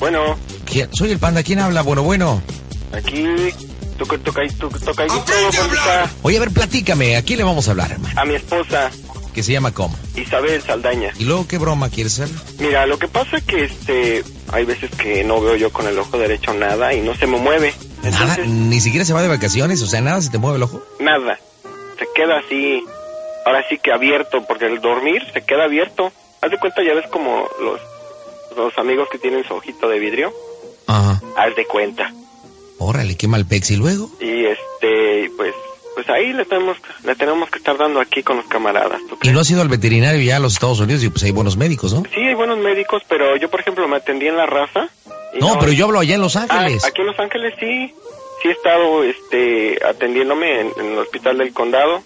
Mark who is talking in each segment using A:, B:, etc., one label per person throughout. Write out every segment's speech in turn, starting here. A: Bueno,
B: ¿Quién? Soy el panda, ¿quién habla? Bueno, bueno.
A: aquí toca toca toca toca ahí todo, Pandita.
B: Oye, a ver, platícame, ¿a quién le vamos a hablar, hermano?
A: a mi esposa
B: Que se llama cómo.
A: Isabel Saldaña.
B: ¿Y luego qué broma quieres hacer?
A: Mira, lo que pasa es que este hay veces que no veo yo con el ojo derecho nada y no se me mueve.
B: Nada,
A: Entonces,
B: ni siquiera se va de vacaciones, o sea, nada se te mueve el ojo.
A: nada. Se queda así. Ahora sí que abierto porque el dormir se queda abierto. Haz de cuenta ya ves como los los amigos que tienen su ojito de vidrio.
B: Ajá.
A: Haz de cuenta.
B: Órale, qué mal pex. ¿Y luego?
A: Y este pues pues ahí le tenemos le tenemos que estar dando aquí con los camaradas. ¿tú
B: Y
A: crees?
B: no has ido al veterinario ya a los Estados Unidos y pues hay buenos médicos, ¿no?
A: Sí, hay buenos médicos, pero yo por ejemplo me atendí en la raza. y
B: No, pero yo hablo allá en Los Ángeles.
A: Ah, aquí en Los Ángeles sí, sí he estado este, atendiéndome en, en el hospital del condado.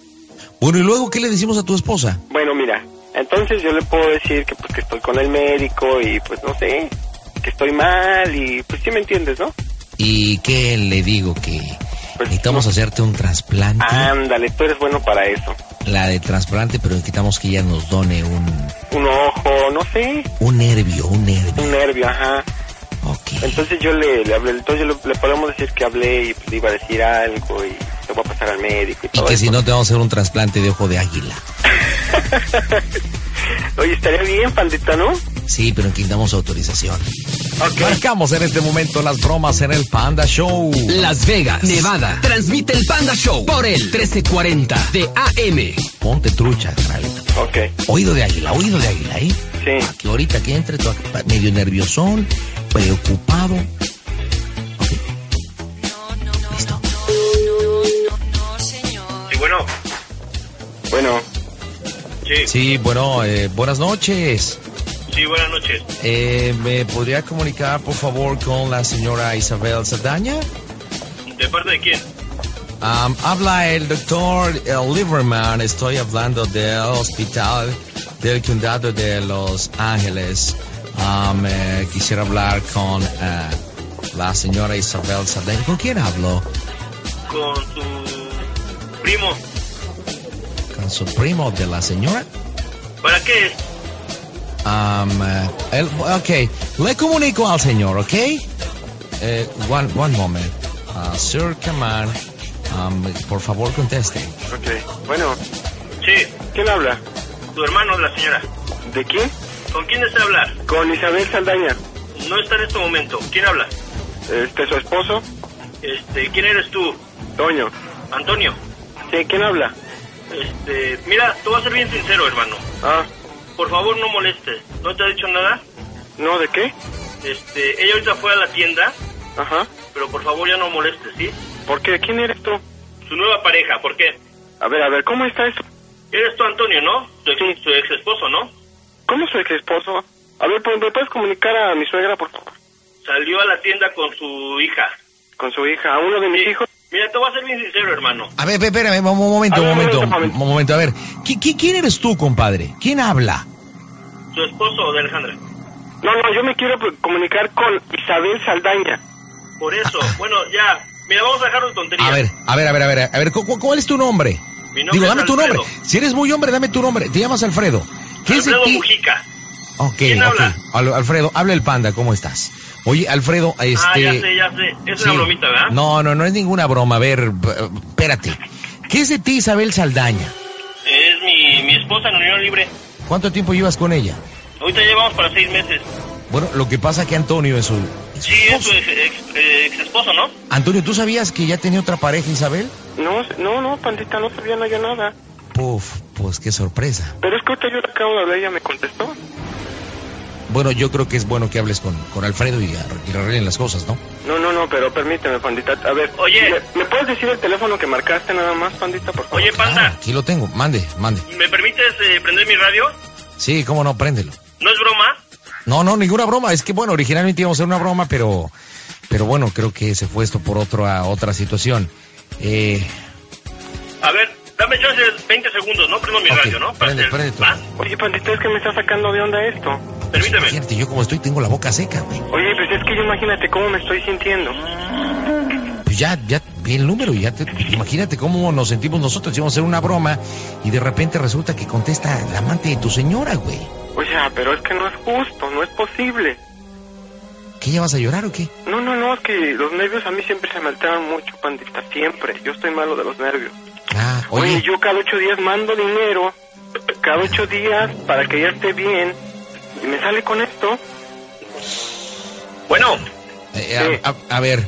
B: Bueno, ¿y luego qué le decimos a tu esposa?
A: Bueno, mira, entonces yo le puedo decir que pues que estoy con el médico y pues no sé, que estoy mal y pues sí me entiendes, ¿no?
B: ¿Y qué le digo? Que
A: Pues,
B: necesitamos
A: no. Ah.
B: hacerte un trasplante.
A: Ándale, tú eres bueno para eso.
B: La de trasplante, pero necesitamos que ella nos done un,
A: Un ojo, no sé,
B: un nervio, un nervio.
A: un nervio, ajá.
B: Ok.
A: Entonces yo le, le hablé, entonces yo le, le podemos decir que hablé y pues, le iba a decir algo y se voy a pasar al médico y
B: Y
A: todo
B: que
A: eso.
B: si no te vamos a hacer un trasplante de ojo de águila.
A: Oye, estaría bien, pandita, ¿no? Ok.
B: Sí, pero necesitamos autorización. Marcamos en este momento las bromas en el Panda Show.
C: Las Vegas, Nevada. Transmite el Panda Show por el 1340 de AM.
B: Ponte trucha, Carlita.
A: Ok,
B: Oído de águila, oído de águila, ¿eh?
A: sí.
B: Que ahorita que entre, tú acá, medio nerviosón, preocupado.
D: Y bueno,
A: Bueno,
D: sí, sí,
B: Sí, bueno, eh, buenas noches.
D: buenas noches.
B: Eh, ¿Me podría comunicar, por favor, con la señora Isabel Saldaña?
D: ¿De parte de quién?
B: Am, Um, habla el doctor eh, Lieberman. Estoy hablando del hospital del condado de Los Ángeles. Am, eh, quisiera hablar con eh, la señora Isabel Saldaña. ¿Con quién hablo?
D: Con su primo.
B: ¿Con su primo de la señora?
D: ¿Para qué es?
B: Um, eh, el- ok, le comunico al señor, ok? Eh, one, one moment. Ah, sir, come on. Um, por favor, conteste.
A: ok. Bueno,
D: Sí,
A: ¿quién habla?
D: tu hermano, la señora.
A: ¿De quién?
D: ¿Con quién desea hablar?
A: Con Isabel Saldaña.
D: No está en este momento. ¿Quién habla?
A: Este, su esposo,
D: Este, ¿quién eres tú?
A: Toño.
D: Antonio.
A: Sí, ¿quién habla?
D: Este, mira, tú vas a ser bien sincero, hermano.
A: Ah,
D: Por favor, no molestes. ¿No te ha dicho nada?
A: ¿no de qué?
D: Este, ella ahorita fue a la tienda,
A: Ajá.
D: pero por favor ya no molestes, ¿sí?
A: ¿Por qué? ¿Quién eres tú?
D: Su nueva pareja, ¿por qué?
A: A ver, a ver, ¿cómo está eso?
D: Eres tú, Antonio, ¿no? Tu ex, tu ex esposo, ¿no?
A: ¿Cómo su ex esposo? A ver, pues, ¿me puedes comunicar a mi suegra, por favor?
D: Salió a la tienda con su hija.
A: Con su hija, a uno de mis
D: Sí.
A: hijos.
D: Mira, te voy a ser bien sincero, hermano.
B: A ver, espérame, un momento,
A: A
B: un
A: ver,
B: momento,
A: un
B: un
A: momento.
B: momento. A ver, ¿qui- qui- ¿quién eres tú, compadre? ¿Quién habla?
D: Su esposo de Alejandra.
A: No, no, yo me quiero pues, comunicar con Isabel Saldaña.
D: Por eso, bueno, ya. Mira, vamos a dejar de tonterías.
B: A ver, a ver, a ver, a ver, a ver, ¿cu- cu- ¿cuál es tu nombre?
D: Mi nombre
B: Digo,
D: es
B: dame tu
D: Alfredo.
B: nombre. Si eres muy hombre, dame tu nombre. Te llamas Alfredo. ¿Qué es de
D: Alfredo
B: ti?
D: Mujica. Ah,
B: Ok,
D: ¿Quién
B: ok.
D: habla?
B: Al- Alfredo, habla el panda, ¿cómo estás? Oye, Alfredo, este...
D: Ah, ya sé, ya sé. Es una
B: Sí.
D: bromita, ¿verdad?
B: No, no, no es ninguna broma. A ver, b- espérate. ¿Qué es de ti Isabel Saldaña?
D: Es mi, mi esposa en Unión Libre.
B: ¿Cuánto tiempo llevas con ella?
D: Ahorita llevamos para seis meses.
B: Bueno, lo que pasa que Antonio es su... es su
D: Sí, es
B: esposo.
D: su ex, ex- eh, exesposo, ¿no?
B: Antonio, ¿tú sabías que ya tenía otra pareja Isabel?
A: No, no, no, pandita, no sabía no yo nada.
B: Puf, pues qué sorpresa.
A: Pero es que ahorita yo le acabo de hablar y ella me contestó.
B: Bueno, yo creo que es bueno que hables con, con Alfredo y, ar- y arreglen las cosas, ¿no?
A: No, no, no, pero permíteme, pandita. A ver,
D: Oye.
A: ¿me, me puedes decir el teléfono que marcaste nada más, pandita, por favor?
D: Oye,
B: Ah,
D: Panda,
B: aquí lo tengo. Mande, mande.
D: ¿me permites eh, prender mi radio?
B: Sí, cómo no, préndelo.
D: ¿No es broma?
B: No, no, ninguna broma. Es que bueno, originalmente íbamos a hacer una broma, pero, pero bueno, creo que se fue esto por otra, otra situación. Eh,
D: A ver, dame chance 20 segundos, ¿no? Prendo mi
B: Ok,
D: radio, ¿no?
B: prende,
D: hacer-
B: prende tu
D: ¿Ah?
A: Oye, pandita, es que me está sacando de onda esto.
D: Permíteme.
B: fíjate, yo como estoy tengo la boca seca, güey.
A: Oye, pues es que yo imagínate cómo me estoy sintiendo.
D: Mm.
B: Pues ya, ya vi el número y ya te, imagínate cómo nos sentimos nosotros. Íbamos a hacer una broma y de repente resulta que contesta la amante de tu señora, güey.
A: Oye, pero es que no es justo, no es posible.
B: ¿Qué ya vas a llorar o qué?
A: No, no, no, es que los nervios a mí siempre se me alteran mucho, pandita, siempre. Yo estoy malo de los nervios.
B: Ah,
A: Oye,
B: oye,
A: yo cada ocho días mando dinero, cada ocho días para que ella esté bien. Y me sale con esto.
D: Bueno,
B: eh, a, a- a ver.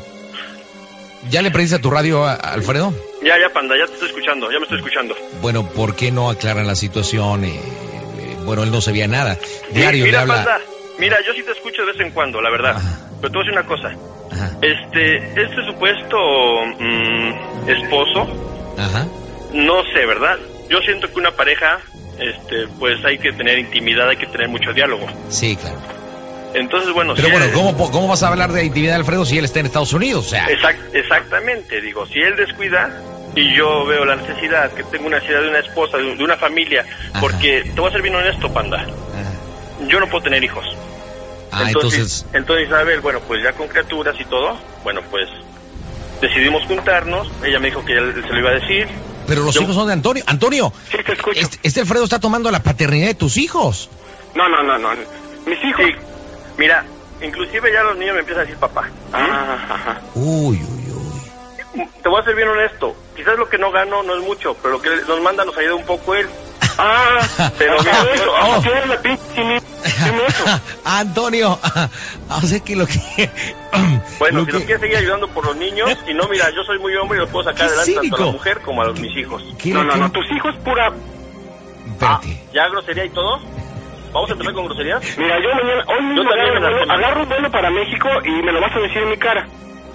B: ¿Ya le prendiste a tu radio, a- a Alfredo?
D: ya, ya, panda, ya te estoy escuchando, ya me estoy escuchando.
B: Bueno, ¿por qué no aclaran la situación? Eh, eh, bueno, él no sabía nada. Diario
D: Sí,
B: le
D: mira,
B: habla.
D: panda, mira, yo sí te escucho de vez en cuando, la verdad.
B: Ajá.
D: Pero te voy a decir una cosa.
B: Ajá,
D: Este, este supuesto mm, esposo,
B: ajá.
D: no sé, ¿verdad? Yo siento que una pareja, este, pues hay que tener intimidad, hay que tener mucho diálogo.
B: Sí, claro.
D: Entonces, bueno,
B: Pero
D: si
B: bueno,
D: él-
B: ¿cómo, po- cómo vas a hablar de intimidad de Alfredo si él está en Estados Unidos? O sea,
D: Exact- exactamente, digo, si él descuida y yo veo la necesidad, que tengo una necesidad de una esposa, de, de una familia,
B: Ajá.
D: porque te voy a ser bien honesto, panda,
B: ah,
D: yo no puedo tener hijos.
B: ah, entonces,
D: entonces, a ver, bueno, pues ya con criaturas y todo, bueno, pues decidimos juntarnos, ella me dijo que ya se lo iba a decir,
B: pero los
D: yo-
B: hijos son de Antonio. Antonio,
A: Sí, te escucho.
B: este, este Alfredo está tomando la paternidad de tus hijos.
A: No, no, no, no. Mis hijos.
D: sí, mira, inclusive ya los niños me empiezan a decir papá.
A: Ah, ajá.
B: Uy, uy, uy.
D: Te voy a ser bien honesto, quizás lo que no gano no es mucho, pero lo que nos manda nos ayuda un poco él.
A: Ah, pero
D: Oh.
A: ¿qué es eso? Ah, ¿qué es la pinche mi- ¿Qué es eso?
B: Antonio, o sea que lo que.
D: Bueno,
B: lo
D: si nos
B: que-
D: quiere seguir ayudando por los niños, y no, mira, yo soy muy hombre y los puedo
B: Qué
D: sacar adelante tanto a
B: cínico.
D: la mujer como a los, mis hijos. Ah,
B: ¿Qué-
A: No, no,
B: qué-
A: no, tus hijos pura...
B: Espérate.
D: ¿Ya grosería y todo? ¿Vamos a empezar con groserías?
A: Mira, yo mañana, hoy mismo
D: Yo también
A: agarro,
D: me la
A: un vuelo-
D: tengo.
A: agarro un vuelo para México y me lo vas a decir en mi cara.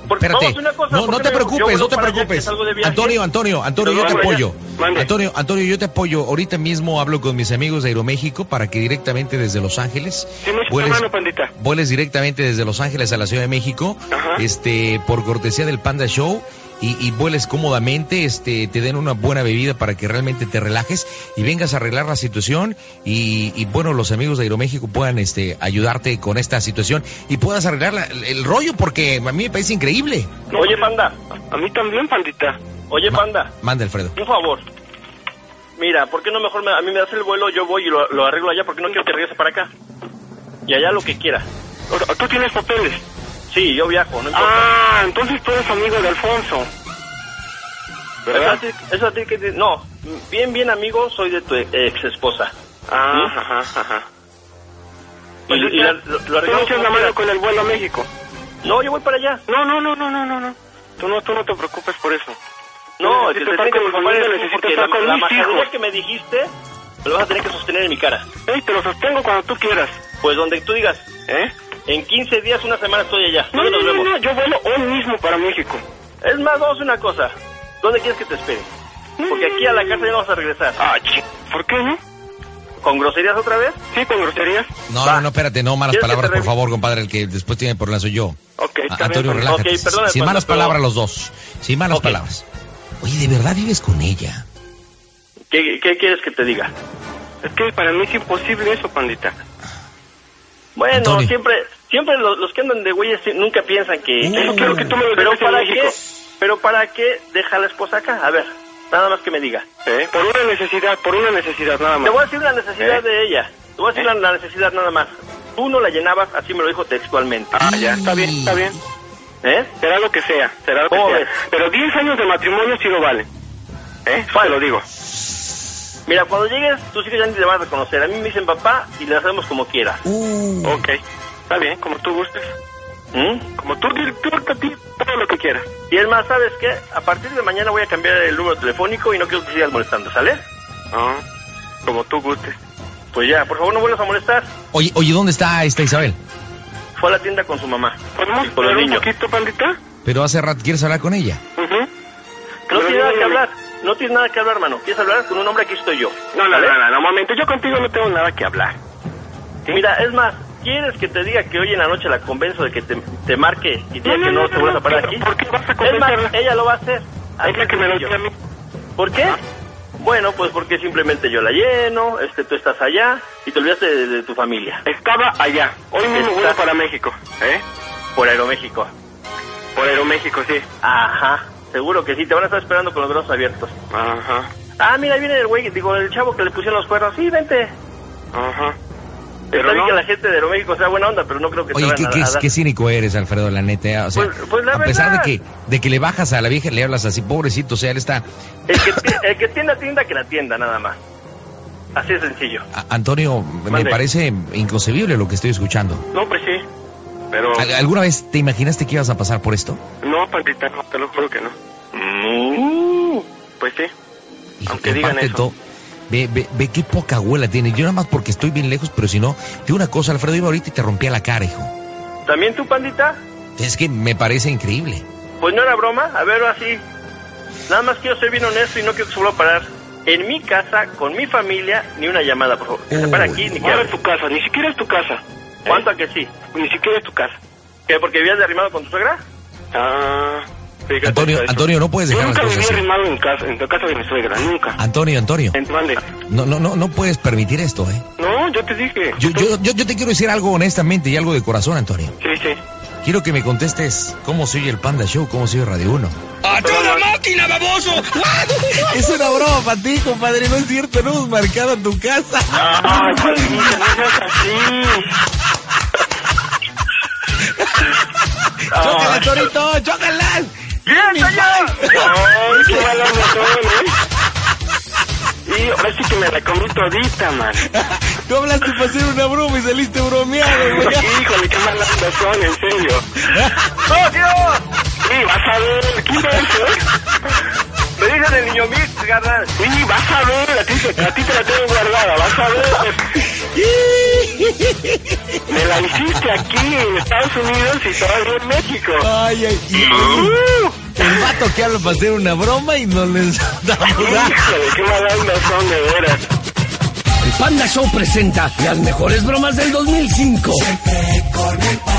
D: Porque
B: Espérate.
D: vamos a una cosa,
B: no,
D: ¿por
B: no
D: qué
B: te
D: me- yo
B: preocupes,
D: vuelvo
B: no te
D: para allá, que
B: preocupes.
D: salgo de viaje?
B: Antonio, Antonio, Antonio,
D: Pero
B: yo te
D: no,
B: apoyo.
A: Mande.
B: Antonio, Antonio, yo te apoyo. Ahorita mismo hablo con mis amigos de Aeroméxico para que directamente desde Los Ángeles
A: Sí, me echa la
B: vueles,
A: mano, pandita.
B: vueles directamente desde Los Ángeles a la Ciudad de México,
A: Ajá.
B: este, por cortesía del Panda Show. Y, y vueles cómodamente, este, te den una buena bebida para que realmente te relajes y vengas a arreglar la situación y, y, bueno, los amigos de Aeroméxico puedan este, ayudarte con esta situación y puedas arreglar la- el, el rollo porque a mí me parece increíble.
D: Oye, panda,
A: A mí también, pandita.
D: oye,
B: Ma-
D: panda,
B: Manda, Alfredo.
D: un favor. Mira, ¿por qué no mejor me- a mí me das el vuelo, yo voy y lo, lo arreglo allá porque no quiero que regrese para acá? Y allá lo que quiera.
A: O- Tú tienes papeles.
D: Sí, yo viajo, no importa.
A: Ah, entonces tú eres amigo de Alfonso.
D: Eso
A: ¿Verdad?
D: a ti- eso a ti que te- No, bien, bien amigo, soy de tu ex esposa.
A: Ah,
D: ¿Sí?
A: ajá, ajá.
D: Y,
A: Pues,
D: y la- lo, lo
A: ¿Tú no
D: arreglamos
A: echas la
D: como
A: mano
D: quieras.
A: con el vuelo a México?
D: No, yo voy para allá.
A: No, no, no, no, no, no, no. Tú no, tú no te preocupes por eso.
D: No,
A: Necesito
D: te
A: estar
D: tengo que
A: con mi
D: preocupar
A: familia,
D: eres tú,
A: necesito
D: porque
A: estar
D: la,
A: con
D: la
A: mis
D: majadería
A: hijos.
D: que me dijiste, me lo vas a tener que sostener en mi cara.
A: Ey, te lo sostengo cuando tú quieras.
D: Pues donde tú digas,
A: ¿Eh?
D: en 15 días, una semana estoy allá.
A: No,
D: ¿Dónde
A: no,
D: nos
A: no,
D: vemos?
A: no, yo vuelo hoy mismo para México.
D: Es más, vamos a una cosa. ¿Dónde quieres que te espere? Porque aquí a la casa ya no vas a regresar.
A: Ah, chi. ¿Por qué no?
D: ¿Con groserías otra vez?
A: Sí, con groserías.
B: No,
D: Va.
B: no, no, espérate, no malas
D: ¿Quieres que
B: palabras,
D: te
B: por
D: revi-
B: favor, compadre, el que después tiene por soy yo.
A: Ok,
B: A-
A: está
B: Antonio,
A: bien.
B: relájate.
D: Ok, perdona,
B: sin
D: Juan,
B: malas
D: pero-
B: palabras los dos. Sin malas
D: Ok.
B: palabras. Oye, ¿de verdad vives con ella?
D: ¿Qué, qué quieres que te diga?
A: Es que para mí es imposible eso, pandita.
D: Bueno,
B: Antonio.
D: siempre siempre los, los que andan de güeyes sí- nunca piensan que...
B: Uh.
D: que no quiero que tú me lo
A: Pero
D: dejes en
A: ¿para
D: México.
A: qué?
D: ¿Pero para qué deja a la esposa acá? A ver, nada más que me diga.
A: ¿Eh? Por una necesidad, por una necesidad nada
D: Te
A: más.
D: voy a decir la necesidad
A: ¿Eh?
D: de ella. Te voy a decir la, la necesidad nada más. Tú no la llenabas, así me lo dijo textualmente.
A: Ah, ya, está bien, está bien.
D: ¿Eh?
A: Será lo que sea, será lo que
D: ¿Cómo
A: sea.
D: ves?
A: Pero 10 años de matrimonio sí lo valen. ¿Eh? Te lo digo.
D: Mira, cuando llegues, tus hijos ya ni te van a reconocer. A mí me dicen papá y le hacemos como quiera.
B: Uh,
A: Ok. Está bien, como tú gustes.
D: ¿Mm?
A: Como tú, tú, tú, tú, todo lo que quieras.
D: Y es más, ¿sabes qué? A partir de mañana voy a cambiar el número telefónico y no quiero que sigas molestando, ¿sale?
A: Ah, como tú gustes.
D: Pues ya, por favor no vuelvas a molestar.
B: Oye, oye, ¿dónde está esta Isabel?
D: Fue a la tienda con su mamá.
A: ¿Podemos
D: Y con el
A: hablar un
D: niño.
A: poquito, pandita?
B: Pero hace rato quieres hablar con ella.
A: Ujú.
D: No
A: Pero
D: tienes nada
A: no,
D: que
A: no,
D: hablar. No tienes nada que hablar, hermano. ¿Quieres hablar con un hombre? Aquí estoy yo.
A: No, no,
D: ¿Sale?
A: no, no, no, un momento. Yo contigo no tengo nada que hablar.
D: Mira, es más, ¿Quieres que te diga que hoy en la noche la convenzo de que te, te marque y te diga que
A: no,
D: no te vuelvas a parar aquí?
A: ¿Por qué vas a
D: Es más,
A: convencerla?
D: ella lo va a hacer. Así
A: Es la que me lo
D: sencillo.
A: dice a mí.
D: ¿Por qué? Bueno, pues porque simplemente yo la lleno, este, tú estás allá y te olvidaste de, de tu familia,
A: Estaba allá. Hoy mismo
D: Está-
A: vuelo para México, ¿eh?
D: por Aeroméxico.
A: Por Aeroméxico, sí.
D: Ajá, seguro que sí, te van a estar esperando con los brazos abiertos.
A: Ajá,
D: Ah, mira, ahí viene el güey, digo, el chavo que le pusieron los cuernos. Sí, vente.
A: ajá.
D: Pero
A: Pero
D: Está bien
A: no.
D: que la gente de Aeroméxico sea buena onda, pero no creo que
B: Oye,
D: te
B: ¿qué,
D: vayan a-
B: qué-
D: a dar.
B: qué cínico eres, Alfredo, la neta. ¿eh? O sea,
D: Pues- pues la
B: a pesar de
D: verdad.
B: que, de que le bajas a la vieja, le hablas así, pobrecito, o sea, él está...
D: El que, ti- el que tienda, tienda, que la tienda, nada más. Así de sencillo.
B: A- Antonio, me
D: Mande.
B: parece inconcebible lo que estoy escuchando.
A: No, pues sí. Pero
B: ¿Al- ¿Alguna vez te imaginaste que ibas a pasar por esto?
A: no, Pandita, no, te lo juro que no. Pues sí.
B: Hijo,
A: Aunque
B: que
A: digan
B: aparte de
A: eso.
B: todo, Ve, ve, ve qué poca abuela tiene. Yo nada más porque estoy bien lejos, pero si no, te digo una cosa, Alfredo iba ahorita y te rompía la cara, hijo.
D: ¿También tú, pandita?
B: Es que me parece increíble.
D: Pues no era broma, a ver, así. Nada más quiero ser bien honesto y no quiero que se vuelva a parar. En mi casa, con mi familia, ni una llamada, por favor. Que se
B: Uy.
D: para aquí, ni que ¿Eh?
A: No es
D: hable.
A: tu casa, ni siquiera es tu casa.
D: ¿Cuánto a que sí?
A: Ni siquiera es tu casa.
D: ¿Qué, porque vivías de arrimado con tu suegra?
A: Ah, fíjate
B: Antonio,
A: eso.
B: Antonio, no puedes
A: Yo
B: dejar las
A: nunca
B: cosas
A: viví
B: así.
A: arrimado en casa, en la casa de mi suegra, nunca.
B: Antonio, Antonio,
A: En mande.
B: no, no, no, no puedes permitir esto, ¿eh?
A: No, yo te dije.
B: Yo, yo, yo, yo te quiero decir algo honestamente y algo de corazón, Antonio.
A: Sí, sí.
B: Quiero que me contestes cómo se oye el Panda Show, cómo se oye Radio 1.
C: ¡A toda máquina, baboso!
B: Es una broma para ti, compadre. No es cierto, no hemos marcado en tu casa.
A: Ay, Pandita, no seas así.
B: ¡Chócalas, Torito! ¡Chócalas!
A: ¡Bien, Ay, qué mala razón, ¿eh? Y ahora sí que me la comí todita, man.
B: Tú hablaste para hacer una broma y saliste bromeado, güey.
A: Híjole, qué mala razón, en serio.
D: ¡No, ¡Oh, Dios!
A: Sí, vas a ver, ¿qué es
D: Me dicen el niño mix, carnal.
A: Sí, vas a ver, a ti, a ti te la tengo guardada, vas a ver. Me la hiciste aquí en Estados Unidos y todavía en México.
B: Ay, ay, y-
A: Uh,
B: El vato que habla para hacer una broma y no les da
A: Híjole, qué mala onda son de veras.
C: El Panda Show presenta las mejores bromas del 2005.
E: Siempre con el pan